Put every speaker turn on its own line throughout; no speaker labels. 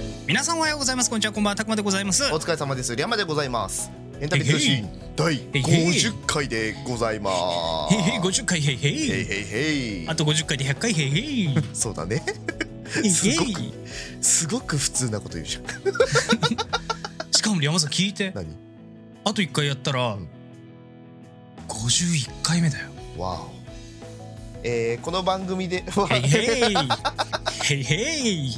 ますこんにちはこんばんはたくまでございます
お疲れ様ですリャマでございますエンタメ通信第50回でございま
へ
す
いへい50回へい
へ
へ
い
い
へいへい
あと50回で100回へいへい
そうだね す
へ
ごく
い
すごく普通なこと言うじゃん
しかも山さん聞いて
何
あと1回やったら
ん
51回目だよ
わおえーこの番組で は
へいへいへいへい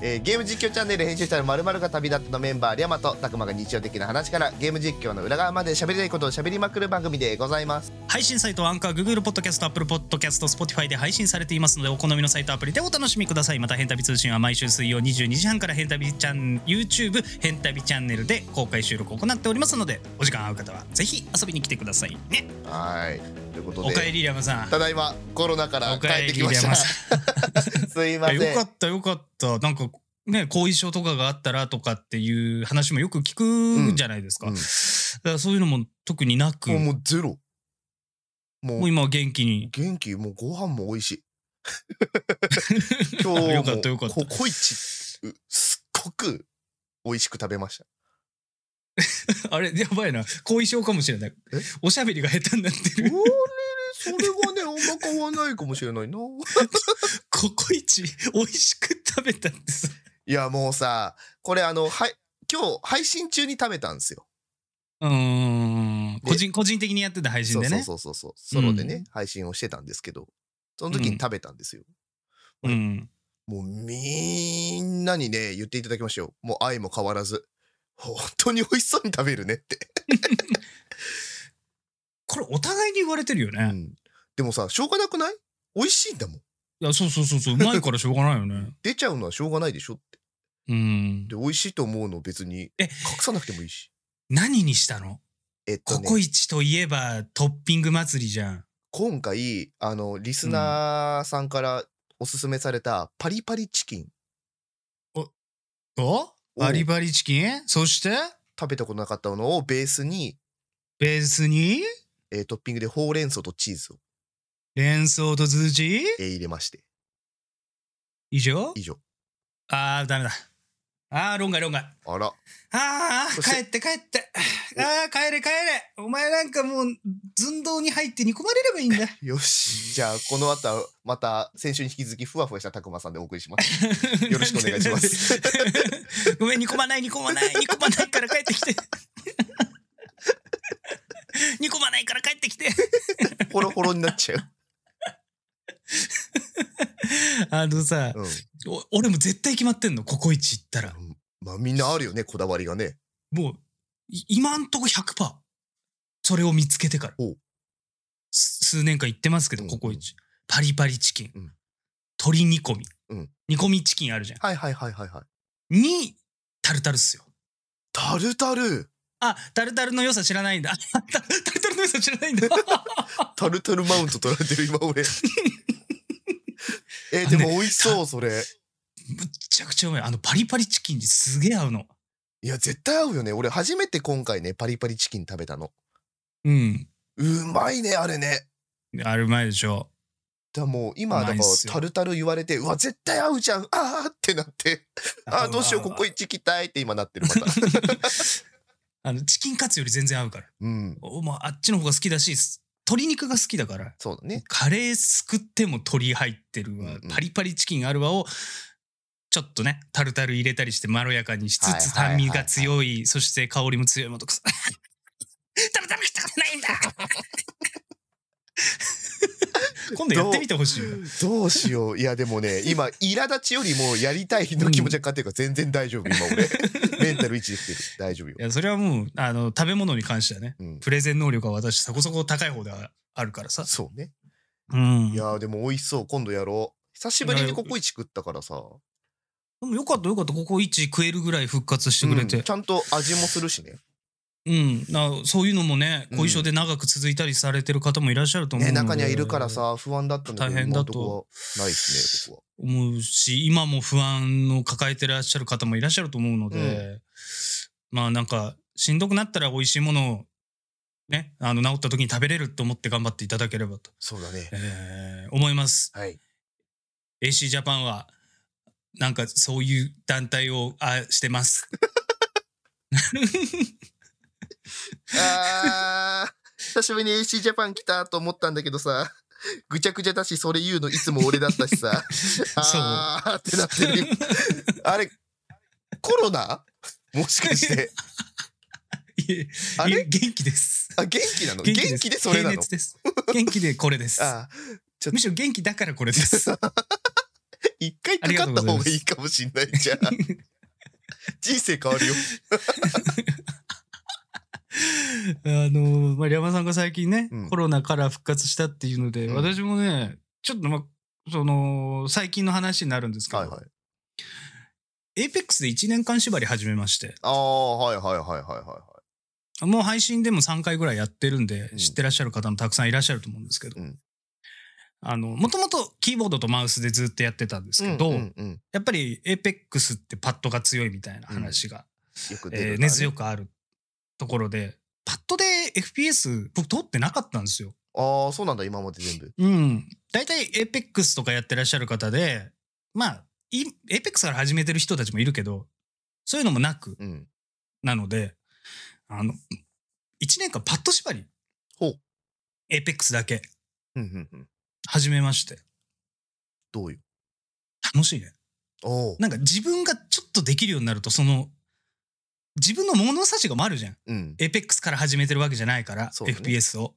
えーゲーム実況チャンネル編集者のまるが旅立ったのメンバーリャマとたくまが日常的な話からゲーム実況の裏側まで喋りたいことを喋りまくる番組でございます
配信サイトはアンカー、Google ポッドキャスト、Apple ポッドキャスト、Spotify で配信されていますので、お好みのサイトアプリでお楽しみください。また、ヘンタビ通信は毎週水曜22時半からヘンタビチャン YouTube、ヘンタビチャンネルで公開収録を行っておりますので、お時間合う方はぜひ遊びに来てくださいね。
はいということ
お
で
かえり、リャムさん。
ただいまコロナから
お
帰
か
っ
え
て
り、
き
リ
まし
ャ
た
ムさ
すいませ
ん。
ん
よかった、よかった。なんか、ね、後遺症とかがあったらとかっていう話もよく聞くじゃないですか。
うん
だからそういうのも特になく、
もう
も
もうゼロもう
う今は元気に。
元気もうご飯も美味しい 今日も
よかったよかった
ココイチうすっごく美味しく食べ ました
あれ、やばいな。後遺症かもしれない
え。
おしゃべりが下手になってる。
それはねお腹はないかもしれないな
ココイチ、美味しく食べたんです。
いやもうさこれあのはい今日配信中に食べたんですよ
うーん。
で
個人、個人的にやってた配信でね。
そうそうそうそうソロでね、配信をしてたんですけどその時に食べたんですよ、
うん。
もうみんなにね言っていただきましたよもう愛も変わらず本当に美味しそうに食べるねって、
これ、お互いに言われてるよね。
うんでもさしょうがなくない美味しいんだもん
いや、そうそうそうそう。うまいからしょうがないよね。
出ちゃうのはしょうがないでしょって
うん。
で美味しいと思うの別に
え
隠さなくてもいいし
何にしたの
えっと
コ
ね
コイチといえばトッピング祭りじゃん。
今回あのリスナーさんからおすすめされたパリパリチキン
お
を
バリバリチキンそして、
食べたことなかったものをベースに、
ベースに、
えートッピングでほうれん草とチーズを、
連想と通じ
えー入れまして
以上
以上
あー、ダメだ。あー、論外論外。
あら
ああ、
そして
帰って帰って。ああ、帰れ帰れ。お前なんかもう、寸胴に入って煮込まれれば いいんだ。
よしじゃあこの後はまた先週に引き続きふわふわしたたくまさんでお送りしますよろしくお願いします。
ごめん、煮込まない、煮込まない、煮込まないから帰ってき て。煮込まないから帰ってきて。
ホロホロになっちゃう、
あのさ、
うん
お俺も絶対決まってんの、ココイチ行ったら。
まあみんなあるよねこだわりがね
もう、い今んとこ100%。それを見つけてから
おう。
す数年間行ってますけど、
うん
ココイチ。パリパリチキン。
うん
鶏煮込み。
うん
煮込みチキンあるじゃん。
はいはいはいはいはい
にタルタルっすよ。
タルタル
あ、タルタルの良さ知らないんだ。 タルタルの良さ知らないん だ。
タルタルマウント取られてる今俺えーでも美味しそうそれ
むっちゃくちゃうまい。あのパリパリチキンにすげえ合うの。
いや絶対合うよね俺初めて今回ねパリパリチキン食べたの
うん。
うまいねあれね
あれうまいでしょ。
だもう今
うま
だか
い
ら
っすよ
タルタル言われてうわ絶対合うじゃんあーって なってあーどうしようここ
い。
行きたいって今なってる また
あのチキンカツより全然合うから。
うん
おまあ、あっちの方が好きだし、す鶏肉が好きだから。
そうだね
カレーすくっても鶏入ってるわ、
うんうん
パリパリチキンあるわをちょっとねタルタル入れたりしてまろやかにしつつ
はいはい
酸
はいはい
味が強いそして香りも強いものと かタルタル食ったことないんだ今度やってみてほしいわ
どうしよういやでもね今苛立ちよりもやりたいの気持ちが勝ってるから全然大丈夫今 俺メンタル維持できてる大丈夫よ
い、やそれはもうあの食べ物に関してはね
うん、
プレゼン能力は私そこそこ高い方ではあるからさ
そうね
うん
い
で
やでも美味しそう今度やろう久しぶりにココイチ食ったからさ、
もよかったよかったここ一食えるぐらい復活してくれて
うんちゃんと味もするしね
うん、なそういうのもね
うん
後遺症で長く続いたりされてる方もいらっしゃると思う
ね
ので、
中にはいるからさ不安だったんだけど
大変だと
今のこはないですねここ
思うし今も不安を抱えてらっしゃる方もいらっしゃると思うので、
う
まあなんかしんどくなったら美味しいものをねあの治った時に食べれると思って頑張っていただければと、
はそうだね
えー思います
はい
AC ジャパンはなんかそういう団体をあしてます。
あー久しぶりに AC ジャパン来たと思ったんだけどさぐちゃぐちゃだしそれ言うのいつも俺だったしさ あーってなってるあれコロナもしかして
いえ
あ
い
れ
え元気です。
あ元気なの元気でそれな
平
の
熱です。元気でこれです。
あー
むしろ元気だからこれです。
一回かかった方がいいかもしんないじゃん人生変わるよ
あのまあ、リャマさんが最近ね、
うん
コロナから復活したっていうので、
うん
私もねちょっとまあその最近の話になるんですけど、
はいはい
エイペックスで1年間縛り始めまして
ああはいはいはいはいは
もう配信でも3回ぐらいやってるんで、
うん
知ってらっしゃる方もたくさんいらっしゃると思うんですけど、
うん
あのもともとキーボードとマウスでずっとやってたんです
い
けど、
うんうんうん
やっぱりエイペックスってパッドが強いみたいな話が、
よく出るから
え
ね
ー根強くあるところでパッドで FPS 僕通ってなかったんですよ。
ああそうなんだ今まで全部
うん。大体 APEX とかやってらっしゃる方で、まあ、い APEX から始めてる人たちもいるけど、そういうのもなく、
うん
なので、あの、1年間パッと縛り、
ほう
APEX だけ
うんうんうん
始めまして、
どうよ
楽しいね。
おお
なんか自分がちょっとできるようになると、その、自分の物差しがもあるじゃん。
うん、
APEX から始めてるわけじゃないから、
そうだね
FPS を。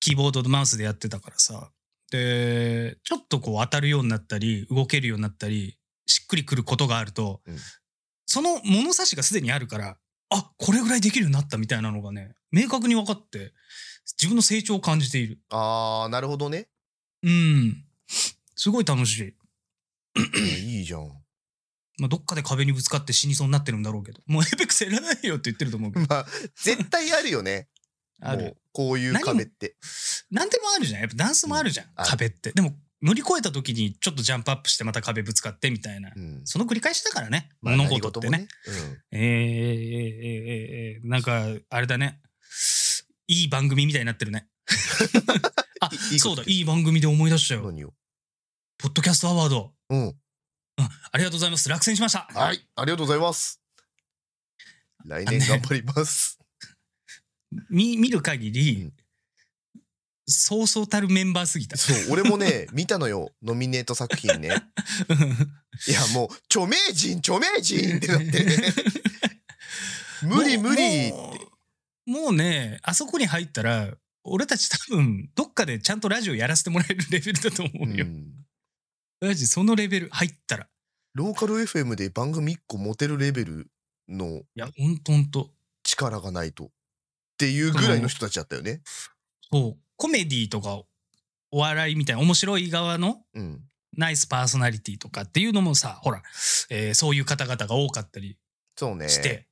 キーボードとマウスでやってたからさ。で、ちょっとこう当たるようになったり、動けるようになったり、しっくりくることがあると、
うん
その物差しがすでにあるから、あ、これぐらいできるようになったみたいなのがね、明確に分かって、自分の成長を感じている。
ああなるほど ね
うん。すごい楽しい。
いやいいじゃん
まあ、どっかで壁にぶつかって死にそうになってるんだろうけど、もうエペックスやらないよって言ってると思うけど。
まあ絶対あるよね
ある
もうこういう
何も
壁って
何でもあるじゃんやっぱダンスもあるじゃん、
ある
壁ってでも乗り越えた時にちょっとジャンプアップしてまた壁ぶつかってみたいな、
うん
その繰り返しだからね、
まあ
物事ってね
何事もね
えー、えーえーえーえーなんかあれだねいい番組みたいになってるねあ
いいいこ
そ
と
うだいい番組で思い出した
うん、
よ
何を
ポッドキャストアワード、
うん
うん、ありがとうございます落選しました
はいありがとうございます来年頑張ります、
見見る限り、
うん
そうそうたるメンバーすぎ た
そう俺もね見たのよノミネート 作品ねいやもう著名人著名人って なって無理
もう
無理
もうもうねあそこに入ったら俺たち多分どっかでちゃんとラジオやらせてもらえるレベルだと思うよ、
うん
マジそのレベル入ったらい
ローカル FM で番組1個持てるレベルの
やほんとほんと
力がないとっていうぐらいの人たちだったよね。
そうコメディとかお笑いみたいな面白い側の
うん、
ナイスパーソナリティとかっていうのもさほら、えーそういう方々が多かったり
そうね。
して、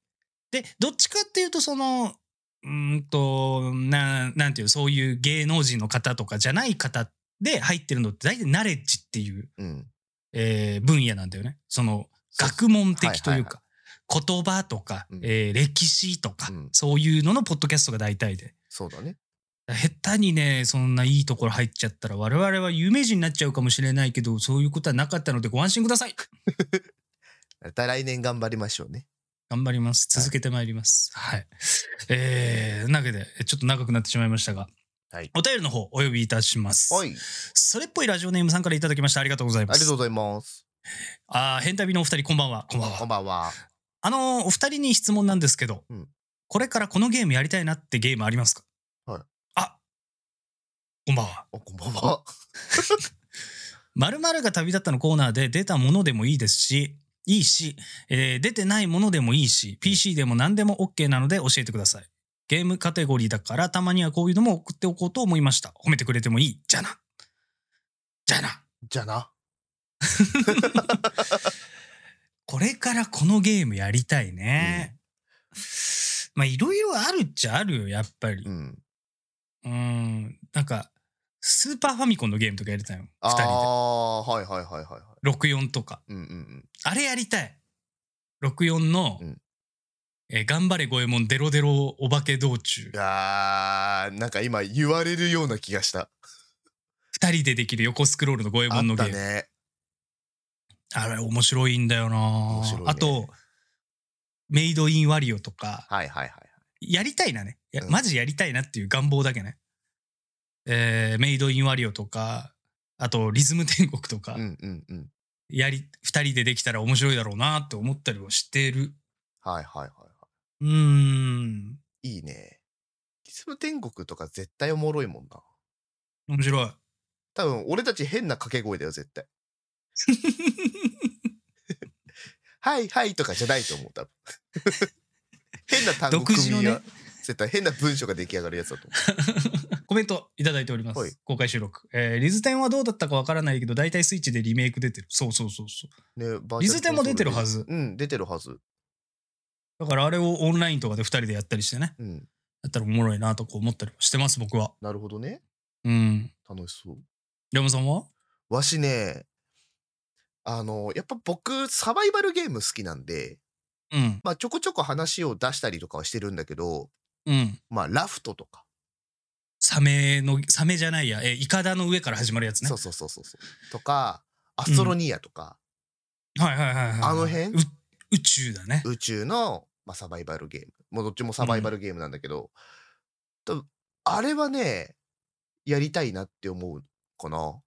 でどっちかっていうとそのうーんとななんていうそういう芸能人の方とかじゃない方で入ってるのって大体ナレッジっていう
うん、
えー分野なんだよね。その学問的というか、言葉とか、
うん
えー歴史とか、
うん
そういうののポッドキャストが大体で。
そうだね。
下手にね、そんないいところ入っちゃったら、我々は有名人になっちゃうかもしれないけど、そういうことはなかったのでご安心ください。
また来年頑張りましょうね。
頑張ります。続けてまいります。はい。えー、なわけで、ちょっと長くなってしまいましたが、
はい
お便りの方お呼びいたします。
はい、あり
それっぽいラジオネームさんからいただきました。ありがとうございま
が
す。
とうございます。
あー変旅のお二人、こんばんは。こんばんは
こん。ばんは。
あのーお二人に質問なんですけど、
うん
これからこのゲームやりたいなってゲームありますか
はい。
あこんばんは。
あこんばんは。
〇〇が旅立ったのコーナーで出たものでもいいですし、いいし、えー出てないものでもいいし、PC でも何でも OK なので教えてください。ゲームカテゴリーだからたまにはこういうのも送っておこうと思いました。褒めてくれてもいい。じゃあな。じゃあな。
じゃあな。
これからこのゲームやりたいね。まあいろいろあるっちゃあるよ、やっぱり。
うん。
うーん、なんか、スーパーファミコンのゲームとかやりたいの。
あ
二人
あー、はいはいはいはいはい。
で。64とか。
うんうんうん。
あれやりたい。64の、
うん
えー頑張れ五右衛門デロデロお化け道中
い。やーなんか今言われるような気がした。
二人でできる横スクロールの五右衛
あ
門の
っ
ゲー
た
ム。
ね。
あれ面白いんだよな
面、白いね
あとメイドインワリオとか
はいはいはい。
やりたいなねいや、
うん
マジやりたいなっていう願望だけねえーメイドインワリオとかあとリズム天国とか、
うんうんうん。
やり2人でできたら面白いだろうなって思ったりはしてる
はいはいはいは
うーん
い。いいね。リズム天国とか絶対おもろいもんな。
面白い
多分俺たち変な掛け声だよ、絶対。はいはいとかじゃないと思う、多分。変な単語
独自
組
の
み
ね
が、絶対変な文章が出来上がるやつだと思
コメントいただいております、
はい
公開収録、えーリズテンはどうだったかわからないけど大体スイッチでリメイク出てるそうそうそうそう
う。ね、バーチ
リ
ャル
ズテンも出てるは
ず。
ず
うん、出てるはず。
だからあれをオンラインとかで2人でやったりしてね
うん、
やったらおもろいなとか思ったりもしてます僕は
なるほどね。
うん
楽しそう。
レモさんは
わしね、あの、やっぱ僕、サバイバルゲーム好きなんで、
うん
まあちょこちょこ話を出したりとかはしてるんだけど、
うん
まあラフトとか、
サメのサメじゃないやえーイカダの上から始まるやつ ね
そうそうそうそうそう、とか、アストロニアとか、
はいはいはいはい
あの辺
う宇宙だね
宇宙の、まあ、サバイバルゲーム。もうどっちもサバイバルゲームなんだけど、多分あれはね、やりたいなって思うかな。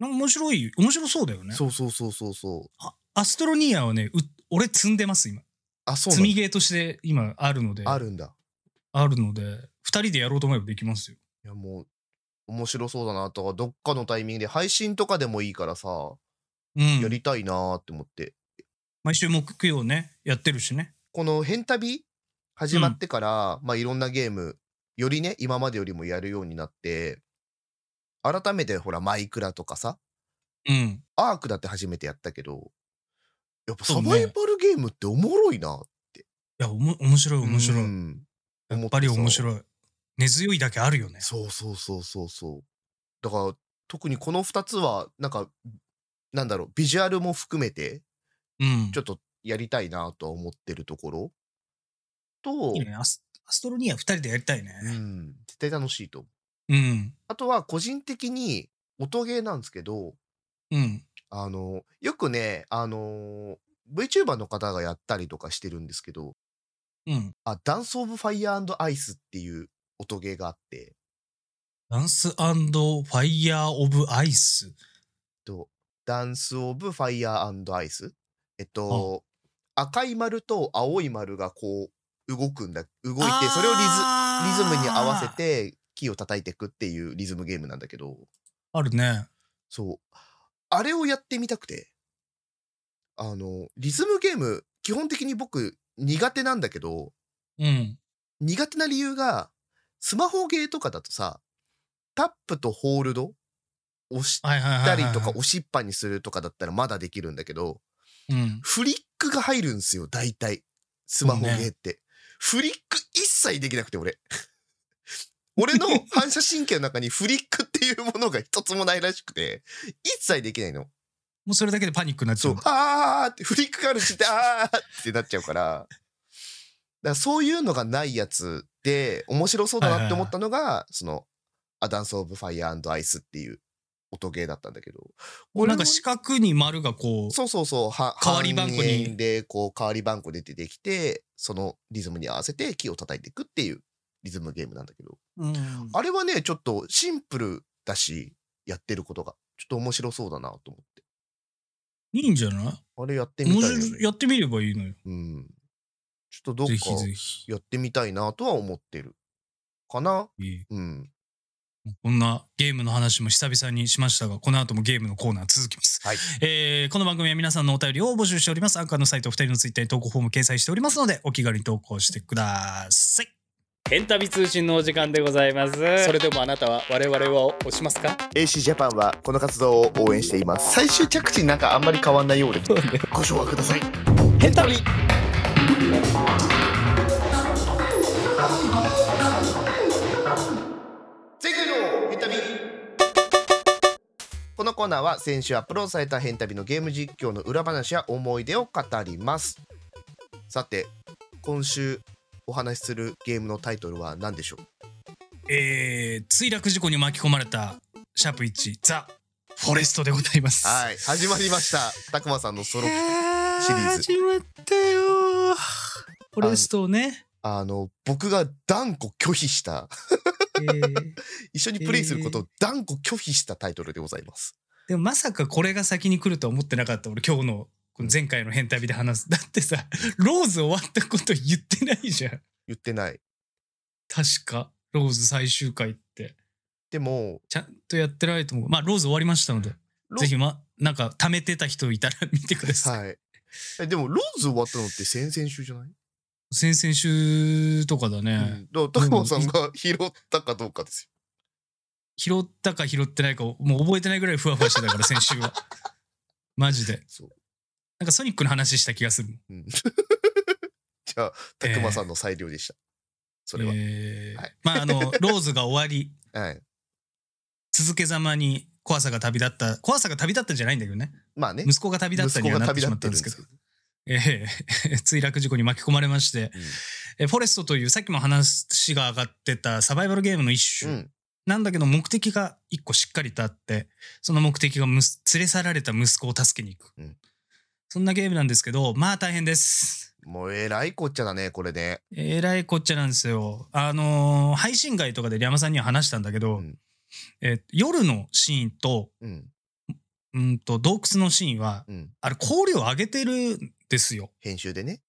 なんか面白い面白そうだよね
そうそうそうそうそう。
あアストロニアはねう俺積んでます今
あ、そう
積
な
み
んだ
ゲーとして今あるので
あるんだ。
あるので2人でやろうと思えばできますよ
いやもう、面白そうだなとか、どっかのタイミングで配信とかでもいいからさ、
うん
やりたいなーって思って。
毎週木曜ねやってるしね
この「変旅」始まってから、まあ、いろんなゲームよりね今までよりもやるようになって改めてほらマイクラとかさ
うん
アークだって初めてやったけどやっぱ
そ
サ
うね
バイバルゲームっておもろいな、
いやおも面白い面白い、
うん
やっぱり面
い
白い根強いだけあるよね
そうそうそうそうそうだから特にこの2つはなんかなんだろうビジュアルも含めて
うん
ちょっとやりたいなとは思ってるところと
いいねアスアストロニア2人でやりたい
うん
ね
絶対楽しいと思う
うん
あとは個人的に音ゲーなんですけど、
うん
あの、よくね、あの、VTuber の方がやったりとかしてるんですけど、
うん
あ、ダンス・オブ・ファイアーアイスっていう音ゲーがあって、
ダンスファイヤー・オブ・アイス
とダンス・オブ・ファイアーアイス。えっと、赤い丸と青い丸がこう動くんだ、動いて、それをリズリズムに合わせてキーを叩いていくっていうリズムゲームなんだけど、
あるね
そう。あれをやってみたくて。あの、リズムゲーム、基本的に僕苦手なんだけど、
うん
苦手な理由が、スマホゲーとかだとさ、タップとホールド押し
はいはいはい
た
はい
り
はい
とか押しっぱにするとかだったらまだできるんだけど、
うん
フリックが入るんすよ、大体。スマホゲーって。フリック一切できなくて、俺。 俺の反射神経の中にフリックっていうものが一つもないらしくて、一切できないの。
もうそれだけでパニックになっち
そ
ゃ
う
う、
あーって、フリックがある時点で、あーってなっちゃうから、だからそういうのがないやつで、面白そうだなって思ったのが、その、アダンス・オブ・ファイアーアイスっていう音ゲーだったんだけど、こ
な
れも
んか四角に丸がこう
そうそうそう、は
代わり番号に
半円で、こう、代わり番号で出てきて、そのリズムに合わせてキーを叩いていくっていうリズムゲームなんだけど、
うん、
あれはね、ちょっとシンプルだし、やってることが、ちょっと面白そうだなと思って。
いいんじゃない
あれやってみ
面
たいよね
白いやってみればいいのよ
うん。ちょっとどっか
ぜひぜひ
やってみたいなとは思ってる。かな
ええ
うん。
こんなゲームの話も久々にしましたがこの後もゲームのコーナー続きます、
はい
えーこの番組は皆さんのお便りを募集しておりますアンカーのサイトお二人のツイッターに投稿フォーム掲載しておりますのでお気軽に投稿してくださいエンタビ通信のお時間でございます
それでもあなたは我々を押します か
AC ジャパンはこの活動を応援しています。最終着地なんかあんまり変わんないようで。ご紹介ください。
ヘンタビ
前回のヘンタビこのコーナーは先週アップロードされたヘンタビのゲーム実況の裏話や思い出を語ります。さて、今週お話しするゲームのタイトルは何でしょう
えー墜落事故に巻き込まれたシャープ1ザフォレストでございます。
はい始まりま したたくまさんのソロ
いやー
シリーズ
始まったよー。フォレストを ね、
あの僕が断固拒否した
えー
一緒にプレイすることを断固拒否したタイトルでございます、
でもまさかこれが先に来るとは思ってなかった俺今日のこの前回の「変旅」で話すだってさローズ終わったこと言ってないじゃん
言ってない
確かローズ最終回って
でも
ちゃんとやってないと思うまあローズ終わりましたので
ロ
ぜひまなんか貯めてた人いたら見てください、
はいえでもローズ終わったのって先々週じゃない、
先々週とかだね、
うん、だからたくまさんが拾ったかどうかです
拾ったか拾ってないかもう覚えてないぐらいふわふわしてたから先週 はマジで
よそう、
なんかソニックの話した気がする
うん、じゃあたくまさんの裁量でした、それは、
えー
はい
まああのローズが終わり
はい
続けざまに怖さが旅立った怖さが旅立ったんじゃないんだけどね
まあね
息子が旅立ったにはなってしまったんですけど
息子が
ええ墜落事故に巻き込まれまして、
うん
えフォレストというさっきも話が上がってたサバイバルゲームの一
う
種、
ん
なんだけど目的が一個しっかりとあってその目的がむす連れ去られた息子を助けに行く、
うん
そんなゲームなんですけどまあ大変です
もうえらいこっちゃだねこれね
えらいこっちゃなんですよ。あのー配信外とかでリャマさんには話したんだけど、
うん
えー夜のシーンと
うん
うんと洞窟のシーンは
うん
あれ氷を上げてるんですよ。
編集でね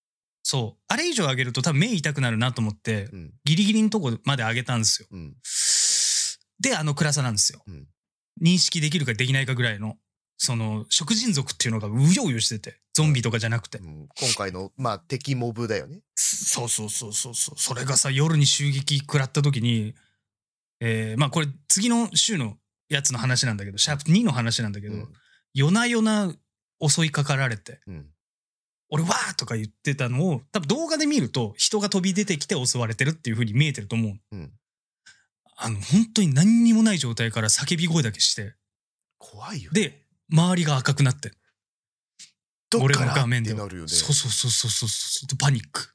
そうあれ以上上げると多分目痛くなるなと思って
うん
ギリギリのとこまで上げたんですよ。
うん
であの暗さなんですよ。
うん
認識できるかできないかぐらいのその食人族っていうのがうようよしててゾンビとかじゃなくて、
うん今回のまあ敵モブだよね
そうそうそうそうそうそれがさ夜に襲撃食らった時にえーまあこれ次の週のやつの話なんだけどシャープ2の話なんだけど、
うん
夜な夜な襲いかかられて
うん
「俺わー!」とか言ってたのを多分動画で見ると人が飛び出てきて襲われてるっていう風に見えてると思う、
うん
あの本当に何にもない状態から叫び声だけして
怖いよね
で周りが赤くなって
どっ
俺
か
の
ら
画面で
って
は
なるよね
そうそうそうそうそうそうパニック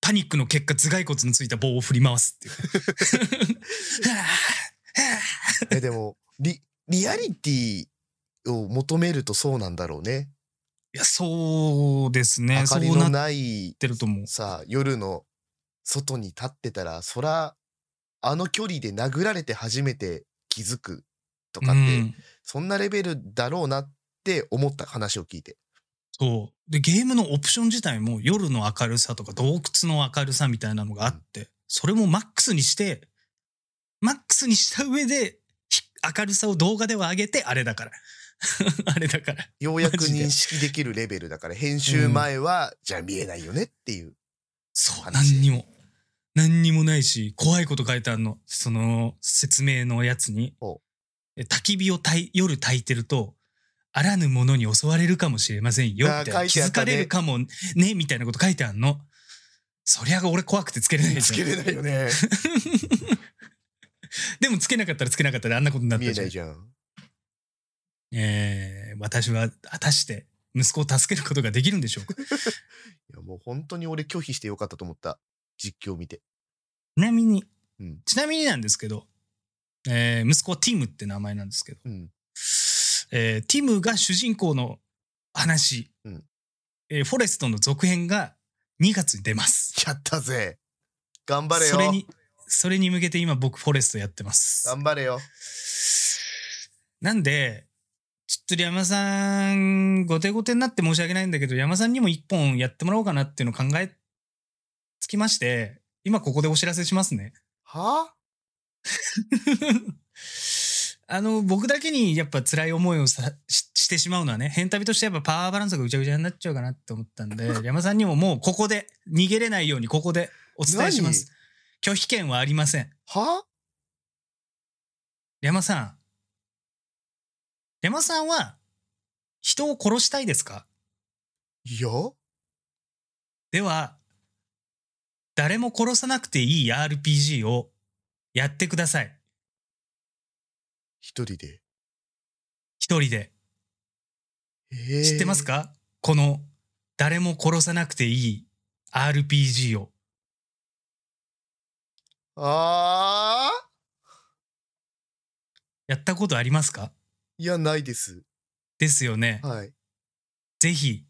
パニックの結果頭蓋骨についた棒を振り回すっていうはあは
えでもリリアリティを求めるとそうなんだろうね
あいやそうですね
明
そ
か
う
りの
なっ
ない
てると思う
さ夜の外に立ってたらそらあの距離で殴られて初めて気づくとか
う
って、
ん、
そんなレベルだろうなって思った話を聞いて
そうでゲームのオプション自体も夜の明るさとか洞窟の明るさみたいなのがあってそれもマックスにしてマックスにした上でひ明るさを動画では上げてあれだから あれだから
ようやく
マジで
認識できるレベルだから編集前は、じゃあ見えないよねっていう
そう、
話
何にも。何にもないし、怖いこと書いてあるの。その、説明のやつに
ほ。
え焚き火をたい夜焚いてると、あらぬものに襲われるかもしれませんよ。
あー
みたいな
書い
気
てあ
づ
った
か
ね
れるかもね、みたいなこと書いてあるの。そりゃ俺怖くてつけれない
つ
じ
け
ゃん。
れない よね
でもつけなかったらつけなかったであんなことになっ
見え
た
な
じゃん
い。じゃん
えー私は果たして息子を助けることができるんでしょうか。
いやもう本当に俺拒否してよかったと思った実況見て
ちなみに、
うん
ちなみになんですけど、えー息子はティムって名前なんですけど、
うん
えーティムが主人公の話、
うん
えーフォレストの続編が2月に出ます。
やったぜ頑張れよ
それにそれに向けて今僕フォレストやってます。
頑張れよ
なんでちょっと山さん後手後手になって申し訳ないんだけど山さんにも1本やってもらおうかなっていうのを考えつきまして今ここでお知らせしますね。
は
あの僕だけにやっぱ辛い思いをさししてしまうのはね変旅としてやっぱパワーバランスがぐちゃぐちゃになっちゃうかなって思ったんで山さんにももうここで逃げれないようにここでお伝えします拒否権はありません
は
山さん山さんは人を殺したいですか
いや
では誰も殺さなくていい RPG をやってください
一人で、
一人で
えー
知ってますかこの誰も殺さなくていい RPG を
あ
やったことありますか
いや、ないです。
ですよね。
はい。
ぜひ、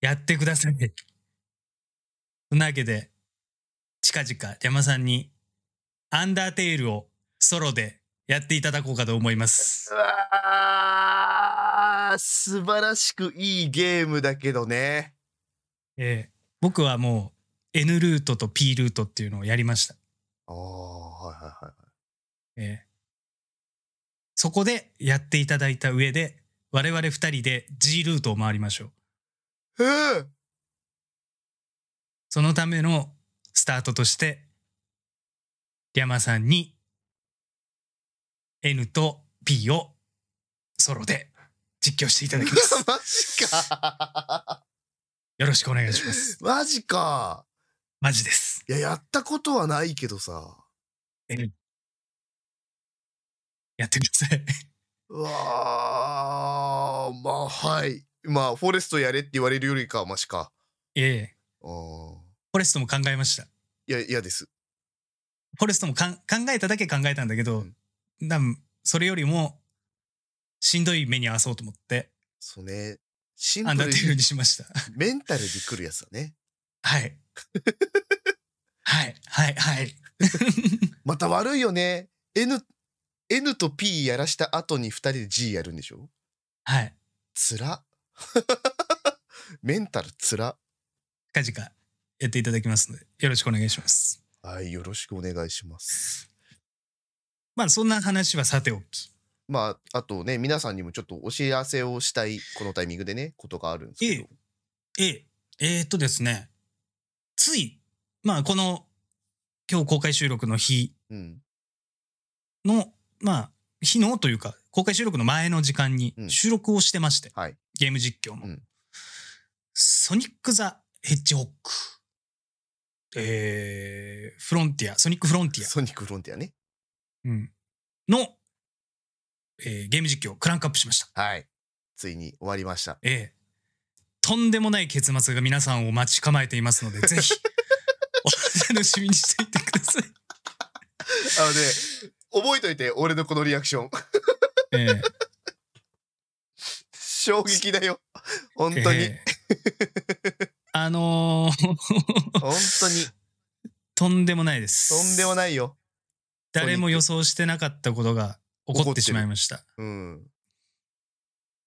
やってください。そんなわけで、近々、山さんに、アンダーテイルをソロでやっていただこうかと思います
う。わー素晴らしくいいゲームだけどね。
ええ僕はもう、N ルートと P ルートっていうのをやりました。
ああ、はいはいはい。
ええそこでやっていただいた上で、我々二人で G ルートを回りましょう。
え ー、
そのためのスタートとして、山さんに N と P をソロで実況していただきます。
マジか
よろしくお願いします。
マジか
マジです。
いや、やったことはないけどさ。
やってください。
うわーまあ、はい。まあ、フォレストやれって言われるよりかはマシか。
ええ。
あー
フォレストも考えました。
いや、嫌です。
フォレストもかん考えただけ考えたんだけど、多分それよりもしんどい目に遭わそうと思って、
そうね。シン
ア
プ
ンダ
ル
ー
に
テールにしました。
メンタルで来るやつだね。
はい。はい、はい、はい。
また悪いよね。N、N と P やらした後に2人で G やるんでしょ
はい。
つら。 メンタルつら。
近々やっていただきますのでよろしくお願いします
はい、よろしくお願いします。
まあそんな話はさておき
まあ、あとね、皆さんにもちょっとお知らせをしたい、このタイミングでね、ことがあるんですけど。
えええーっとですねついまあこの今日公開収録の日
うん。
のまあ日のというか公開収録の前の時間に
うん
収録をしてまして、
はい
ゲーム実況の、
うん
ソニック・ザ・ヘッジホックえー、フロンティアソニック・フロンティア
ソニックフロンティアね。
うんの、えーゲーム実況をクランクアップしました
はい。ついに終わりました。
ええ、とんでもない結末が皆さんを待ち構えていますの で、ぜひ、お楽しみにしていてくだ さい。
あのね、 覚えといて、俺のこのリアクション。
ええ、
衝撃だよ。本当に、
ええあのー
本当に、
とんでもないです。
とんでも
い。
ないよ。
誰も予想してなかったことが起こってしまいました。
うん。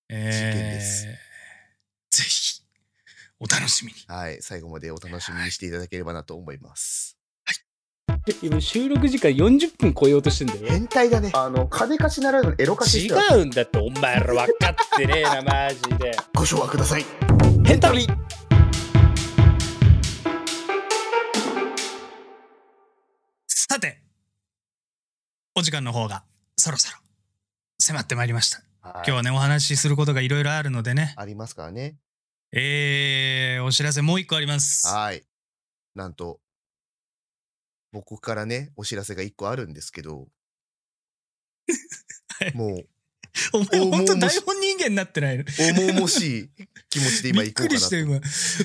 ええ
事件です
ぜひ、お楽しみに。
はい。最後までお楽しみにしていただければなと思います。
今収録時間40分超えようとしてんだよ
変態だね。あの、金貸しならぬエロ貸し
違うんだってお前ら分かってねえなマジで
ご賞和ください。
ヘンタリ
さて、お時間の方がそろそろ迫ってまいりました。
今
今日はね、お話しすることがいろいろあるのでね。
ありますからね。
えー、お知らせもう一個あります。
はい。なんと、僕からね、お知らせが一個あるんですけ ど、もう、
お前
おもう
本当
もう
台本人間になってないの。
重々しい気持ちで今
びっ
行こ
く
うか
り
な
し
と
て。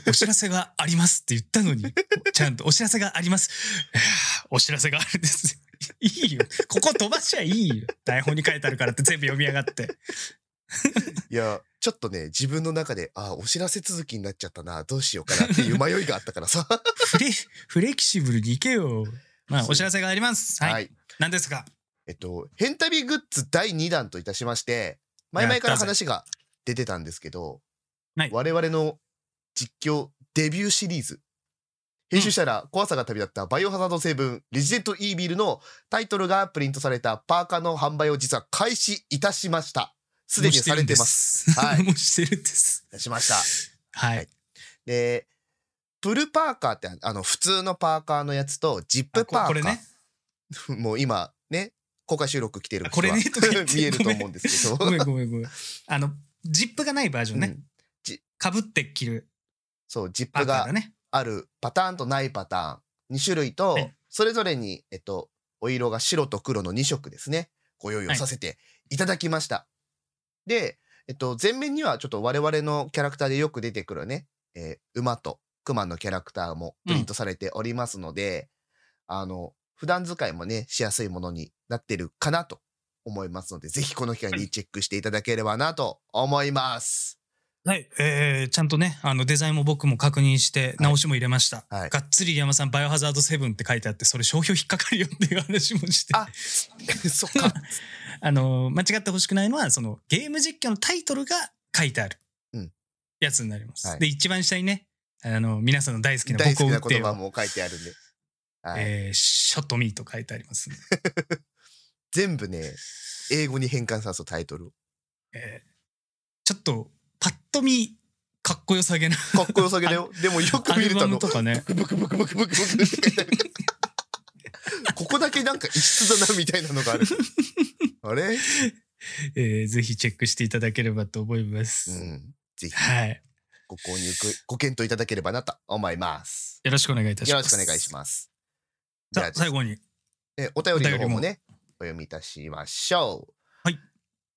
今、お知らせがありますって言ったの に、ちゃんとお知らせがあります。 いやーお知らせがあるんです。いいよ。ここ飛ばしちゃいいよ。台本に書いてあるからって全部読み上がって。
いや、ちょっとね、自分の中で、ああ、お知らせ続きになっちゃったな、どうしようかなっていう迷いがあったからさ。
フレ、フレキシブルに行けよ。まあ、
そう
お知らせがあります。はい。。何ですか
えっと、ヘンタビグッズ第2弾といたしまして、前々から話が出てたんですけど、
はい
我々の実況デビューシリーズ、編集者ら怖さが旅立ったバイオハザード成分レジデントイービルのタイトルがプリントされたパーカーの販売を実は開始いたしました。すでにされてます。
す
はい
もうしてるんです。
いたしました。
はい。
はいで、プルパーカーってあの普通のパーカーのやつとジッ
あ
プパーカー。
ここれね。
もう今ね、公開収録来てる人は
これねとか言って
見えると思うんですけど。
ごめんごめんごめん。あの、ジップがないバージョン
う
ね
ん。
かぶって着る
そう、ジッ
パ
プ
ーカー
が
だね。
あるパターンとないパターン、2種類と
はい、
それぞれに、えっと、お色が白と黒の2色ですね、ご用意をさせていただきました。で、えっと、前面にはちょっと我々のキャラクターでよく出てくるね、えー馬と熊のキャラクターもプリントされておりますので、あの、普段使いもね、しやすいものになってるかなと思いますので、ぜひこの機会にチェックしていただければなと思 います。
はい、えー、ちゃんとねあのデザインも僕も確認して直しも入れました、
はい
がっつり入山さん「バイオハザード7」って書いてあってそれ商標引っかかるよっていう話もして
あそっか。
あの間違ってほしくないのはそのゲーム実況のタイトルが書いてある
うん
やつになります、
はい
で一番下にねあの皆さんの大好きな
大好
僕を打
きな
って
言葉
よ、
も書いてあるんで。はい
えー、ショットミーと書いてありますんで、
全部ね、英語に変換させたタイトルを。
えーちょっとパッと見かっこよさげな
かっこよさ げだよ。でもよく
ア
見
ル
る
バ
と
ム
の、
とかね
ブクブクブクブクブクブクって書いてあるここだけなんか異質だなみたいなのがある。あれ
えーぜひチェックしていただければと思いま
う
す。
ん。ぜひ
はい。
ご購入く、ご検討いただければなと思います。
よろしくお願いいたし
よ
ま
ろし
す。
くお願いします。じ
さ
ゃ
あ
あ、
最後に。
えお便りの方もね、お読みいたしましょう。
はい。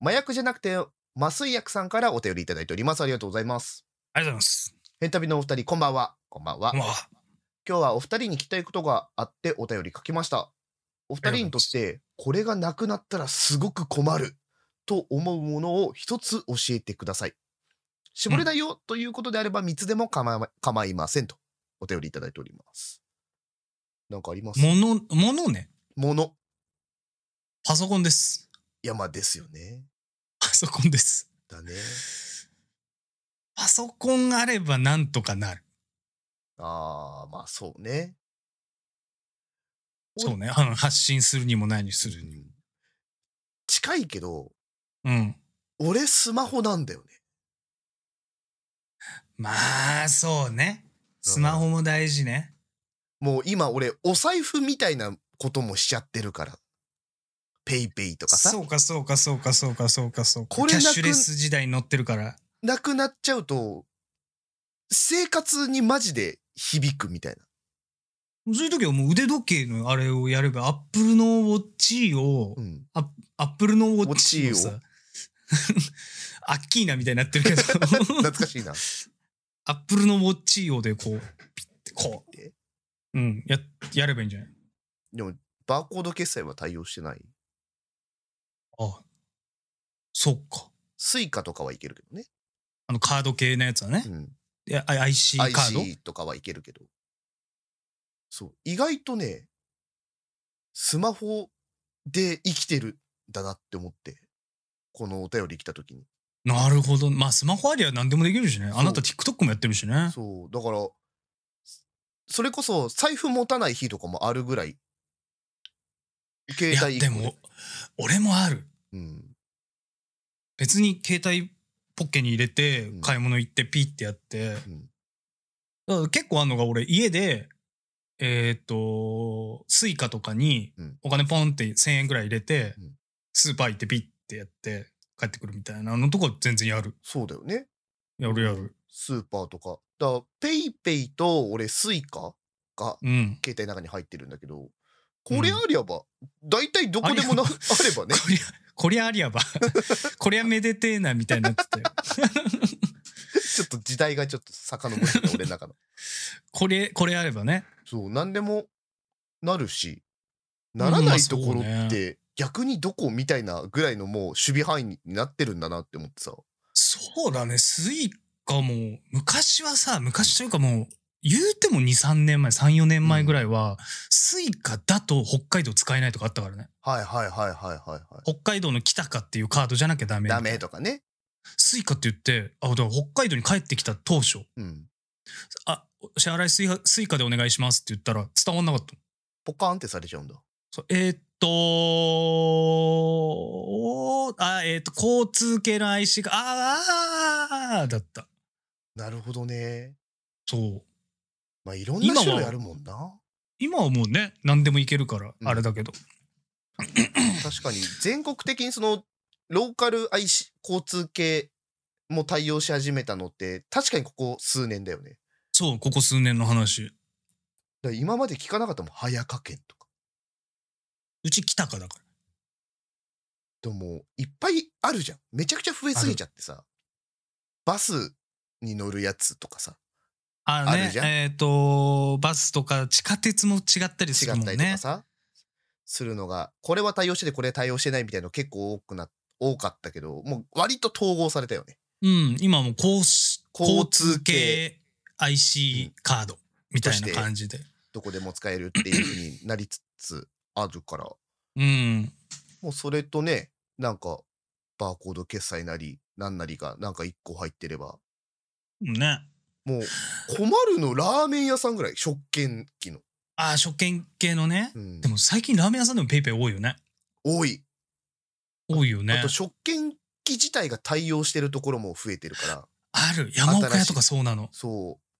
麻薬じゃなくて、麻酔薬さんからお便りいただいております。ありがとうございます。
ありがとうございます。
変旅のお二人、こんばんは。こんばんは
う。わ
今日はお二人に聞きたいことがあってお便り書きましたお二人にとってこれがなくなったらすごく困ると思うものを一つ教えてください絞れないよということであれば三つでも構ま構いませんとお便りいただいておりますなんかあります
もの、ものね。
もの
パソコンです。
山ですよね
パソコンです。
だね
パソコンがあればなんとかなる。
あーまあそうねお
そうね。あの発信するにも何にするにも。
近いけど
うん。
俺スマホなんだよね
まあ、そうね。スマホも大事ね。
もう今俺お財布みたいなこともしちゃってるからペイペイとかさ
そうか、そうか、そうか、そうか、そうか、そうか。キ
こ
ャ
れ
ッ
なく
シュレス時代に乗ってるから。
なくなっちゃうと生活にマジで響くみたいな
そういう時はもう腕時計のあれをやれば、アップルのウォッチを、
うん
アップルのウォッチをさ
ウォ、
アッキーナみたいになってるけど、
懐かしいな
アップルのウォッチ用でこう、ピッてこ
え
う、うん、や、やればいいんじゃない
でもバーコード決済は対応してない
ああそっか。
スイカとかはいけるけどね、
あの、カード系のやつはね。
うん、
いやあ IC カード
IC とかはいけるけどそう意外とねスマホで生きてるんだなって思ってこのお便り来た時に
なるほど。まあ、スマホありゃ何でもできるしね。
そう
あなた TikTok もやってるしね。
そうだからそそれこそ財布持たない日とかもあるぐらい
い
携
や、
帯一
で
個
も、俺もある。
うん、
別に携帯ポッケに入れて
うん、
買い物行ってピッてやって。
うん
だから結構あんのが俺家でえっ、とスイカとかに
うん
お金ポンって1,000円ぐらい入れて、
うん
スーパー行ってピッてやって帰ってくるみたいなあのとこ全然やる
そうだよね
やるやる
スーパーとかだからペイペイと俺スイカが
うん
携帯の中に入ってるんだけどこれありゃば、大体どこでもな あ
あり
れば ね
こりゃこりゃありゃば こりゃめでてえなみたいになってたよ
ちょっと時代がちょっと遡ってた俺 の中の
これこれあればね
そう何でもなるしならないところ
うんまあ
っ
そう
て逆にどこみたいなぐらいのもう守備範囲になってるんだなって思ってさ
そうだねスイカも昔はさ昔というかもう言うても23年前34年前ぐらいは、スイカだと北海道使えないとかあったからね
はいはいはいはいはいはい。
北海道の北かっていうカードじゃなきゃダメ
ダメとかね。
スイカって言ってあだから北海道に帰ってきた当初
うん。
「あ支払いスイカスイカでお願いします」って言ったら伝わんなかった
ポカーンってされちゃうんだ。
そうえーっとおーあえーっと交通系の IC があーあーあーだった
なるほどね。
そう
まあいろん
今
な
は
種類あるもんな。
今はもうね何でもいけるから
うん
あれだけど、
確かに全国的にそのローカル IC 交通系も対応し始めたのって確かにここ数年だよね。
そうここ数年の話
だから今まで聞かなかったもん早川県とか。
うち北かだから
でもいっぱいあるじゃん。めちゃくちゃ増えすぎちゃってさ。バスに乗るやつとかさ
あー
ある
ね
じゃん
えーっとバスとか地下鉄も違ったりす
違
るもん
ったりと
ね
かさ、するのがこれは対応しててこれは対応してないみたいなの結構多くな多かったけどもう割と統合されたよね
うん、今もう交し
交
交
通
通
系
系 IC カードみたい
とし
な
て
感じで。
どこでも使えるっていうふうになりつつあるから
うん。
もうそれとねなんかバーコード決済なりなんなりがなんか1個入ってれば
ね。
もう困るのラーメン屋さんぐらい食券機の、
ああ、食券系のね
う。ん
でも最近ラーメン屋さんでもペイペイ多いよね。
多い
多いよ
あ
ね
と。食券機自体が対応してるところも増えてるから
ある。山岡屋とかそうなの。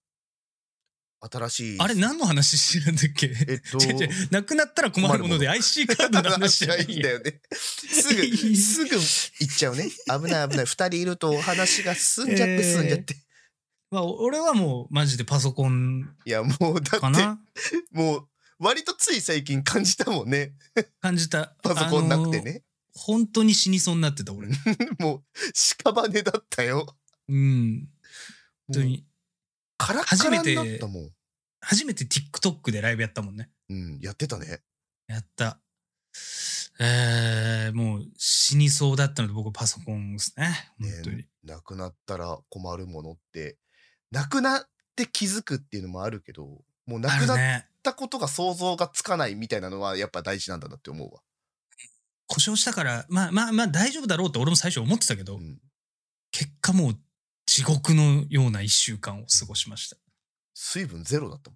そう新しい
あれ何の話してるんだっけ
えっと
違 う違う。なくなったら困るもので IC カードの話じ
話
ゃ
が
ないい
いんだ
よ。
よねすぐすぐ行っちゃうね危ない危ない2人いるとお話が進んじゃって
えー
進んじゃって、
まあ、俺はもうマジでパソコン
いやもうだ
か
って
な
もう割とつい最近感じたもんね
感じた。
パソコンなくて
あの。
ね、
本当に死にそうになってた 俺。
もう屍だったよ
うん。本当に。
カラッ
初
カラ
め
に
て
なったもん、
初めて TikTok でライブやったもんね。
うん、やってたね
やった。えー、もう死にそうだったので僕パソコンですね。
ね
本当に。
なくなったら困るものってなくなって気づくっていうのもあるけどもうな
あ
く
る
なっ
ね。
たことが想像がつかないみたいなのはやっぱ大事なんだなって思うわ、
故障したから、まあまあまあ大丈夫だろうって俺も最初思ってたけど、
うん、
結果もう地獄のような一週間を過ごしました。
水分ゼロだった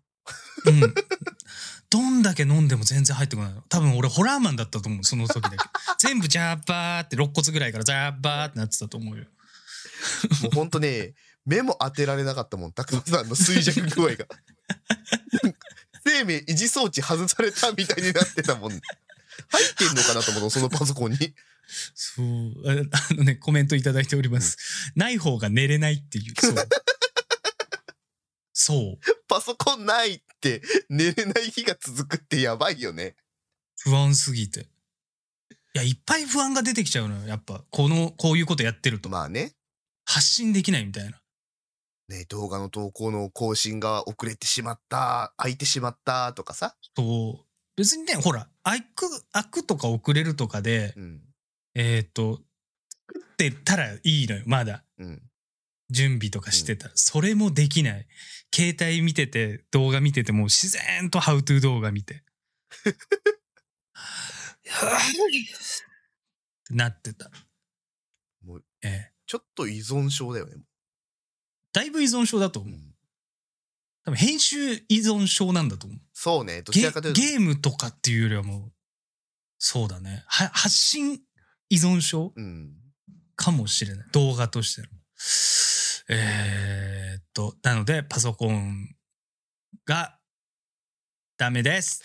もん
うん。どんだけ飲んでも全然入ってこないの。多分俺ホラーマンだったと思う、その時だ け。全部ジャーバーって肋骨ぐらいからジャーバーってなってたと思うよ。
もうほんとね目も当てられなかったもん拓馬さんの衰弱具合が生命維持装置外されたみたいになってたもん入ってんのかなと思ったそのパソコンに
そう、ああのね、コメントいただいております。ない方が寝れないっていう。 そう。そう。
パソコンないって寝れない日が続くってやばいよね
不安すぎて。いや、いっぱい不安が出てきちゃうのよ。やっぱ、この、こういうことやってると。
まあね
発信できないみたいな。
ね、動画の投稿の更新が遅れてしまった空いてしまったとかさ、
そう。別にね、ほら、開く、開くとか遅れるとかで、
うん
えっ、と、作ってたらいいのよ、まだ。
うん、
準備とかしてたら、それもできない。携帯見てて、動画見てても、自然とハウトゥー動画 見て。ってなってた。
もう
ええ。
ちょっと依存症だよね、
だいぶ依存症だと
う
思う。
ん
多分編集依存症なんだと思う。
そうねどち
ゲ
らかというと
ゲームとかっていうよりはもう、そうだね。は発信依存症
うん、
かもしれない。動画としての。えーっと、なので、パソコンがダメです。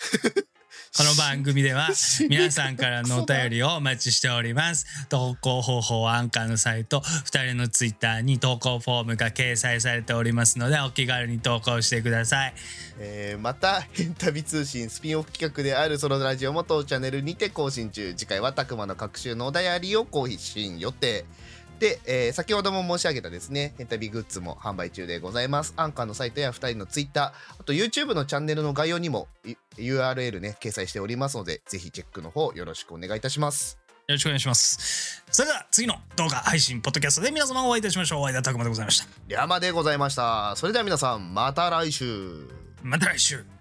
この番組で は皆さんからのお便りをお待ちしております。投稿方法はアンカーのサイト、2人のツイッターに投稿フォームが掲載されておりますので、お気軽に投稿してください。
えーまた「ヘンタビ通信」スピンオフ企画であるソロラジオも当チャンネルにて更新中次回はたくまの各種のお便りを更新予定で、えー先ほども申し上げたですねヘンタビグッズも販売中でございますアンカーのサイトや2人のツイッターあと YouTube のチャンネルの概要にもい URL ね掲載しておりますのでぜひチェックの方よろしくお願いいたします
よろしくお願いします。それでは次の動画配信、ポッドキャストで皆様お会いいたしましょう。お会いだたくまでございました。
リャマでございましたそれでは皆さんまた来週
また来週。